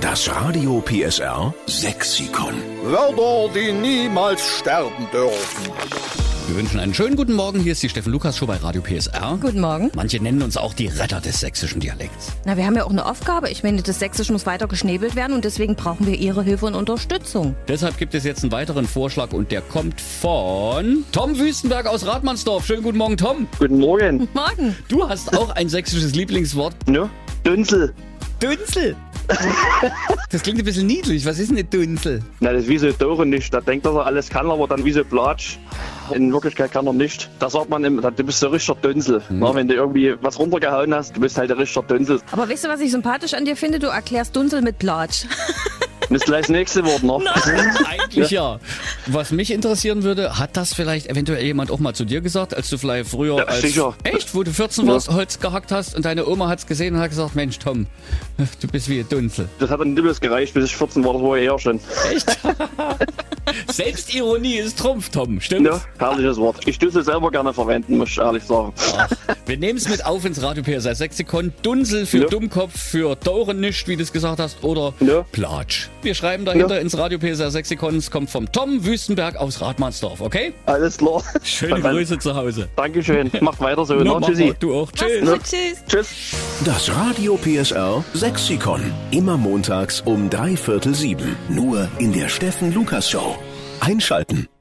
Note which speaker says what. Speaker 1: Das Radio PSR Sexikon.
Speaker 2: Wörter, die niemals sterben dürfen.
Speaker 3: Wir wünschen einen schönen guten Morgen. Hier ist die Steffen Lukas Show bei Radio PSR.
Speaker 4: Guten Morgen.
Speaker 3: Manche nennen uns auch die Retter des sächsischen Dialekts.
Speaker 4: Na, wir haben ja auch eine Aufgabe. Ich meine, das Sächsisch muss weiter geschnäbelt werden und deswegen brauchen wir Ihre Hilfe und Unterstützung.
Speaker 3: Deshalb gibt es jetzt einen weiteren Vorschlag und der kommt von Tom Wüstenberg aus Radmannsdorf. Schönen guten Morgen, Tom.
Speaker 5: Guten Morgen.
Speaker 4: Morgen.
Speaker 3: Du hast auch ein sächsisches Lieblingswort.
Speaker 5: Ne? Dünzel.
Speaker 3: Dünzel. Das klingt ein bisschen niedlich. Was ist denn eine Dünzel?
Speaker 5: Na, das ist wie so Dore nicht. Da denkt er, dass er alles kann, aber dann wie so Platsch. In Wirklichkeit kann er nicht. Da sagt man ihm, du bist der richtige Dünzel.
Speaker 3: Hm.
Speaker 5: Na, wenn du irgendwie was runtergehauen hast, du bist halt der richtige Dünzel.
Speaker 4: Aber weißt du, was ich sympathisch an dir finde? Du erklärst Dunsel mit Platsch.
Speaker 5: Das ist gleich das nächste Wort noch.
Speaker 3: Eigentlich ja. Was mich interessieren würde, hat das vielleicht eventuell jemand auch mal zu dir gesagt, als du vielleicht früher
Speaker 5: Ja,
Speaker 3: als
Speaker 5: sicher.
Speaker 3: echt, wo du 14 warst, Holz gehackt hast und deine Oma hat es gesehen und hat gesagt, Mensch Tom, du bist wie ein Dunzel.
Speaker 5: Das hat dann nippes gereicht, bis ich 14 war, das war ja eher schon.
Speaker 3: Echt? Selbstironie ist Trumpf, Tom, stimmt?
Speaker 5: Ne? Herrliches Wort. Ich dünzel selber gerne verwenden, muss ich ehrlich sagen.
Speaker 3: Wir nehmen es mit auf ins Radio PSA Sexikon. Dunsel für
Speaker 5: Ja.
Speaker 3: Dummkopf, für Daurennischt, wie du es gesagt hast, oder
Speaker 5: Ja.
Speaker 3: Platsch. Wir schreiben dahinter ins Radio PSA Sexikon. Es kommt vom Tom Wüstenberg aus Radmannsdorf, okay?
Speaker 5: Alles klar.
Speaker 3: Schöne
Speaker 5: Dann-
Speaker 3: Grüße zu Hause.
Speaker 5: Dankeschön. Macht weiter so.
Speaker 3: Na,
Speaker 5: Ne?
Speaker 3: mach
Speaker 5: Tschüssi.
Speaker 3: mal. Du auch. Tschüss.
Speaker 4: Mach's gut, Tschüss.
Speaker 5: Tschüss.
Speaker 1: Das Radio PSR Sexikon. Immer montags um drei Viertel sieben. Nur in der Steffen Lukas Show. Einschalten.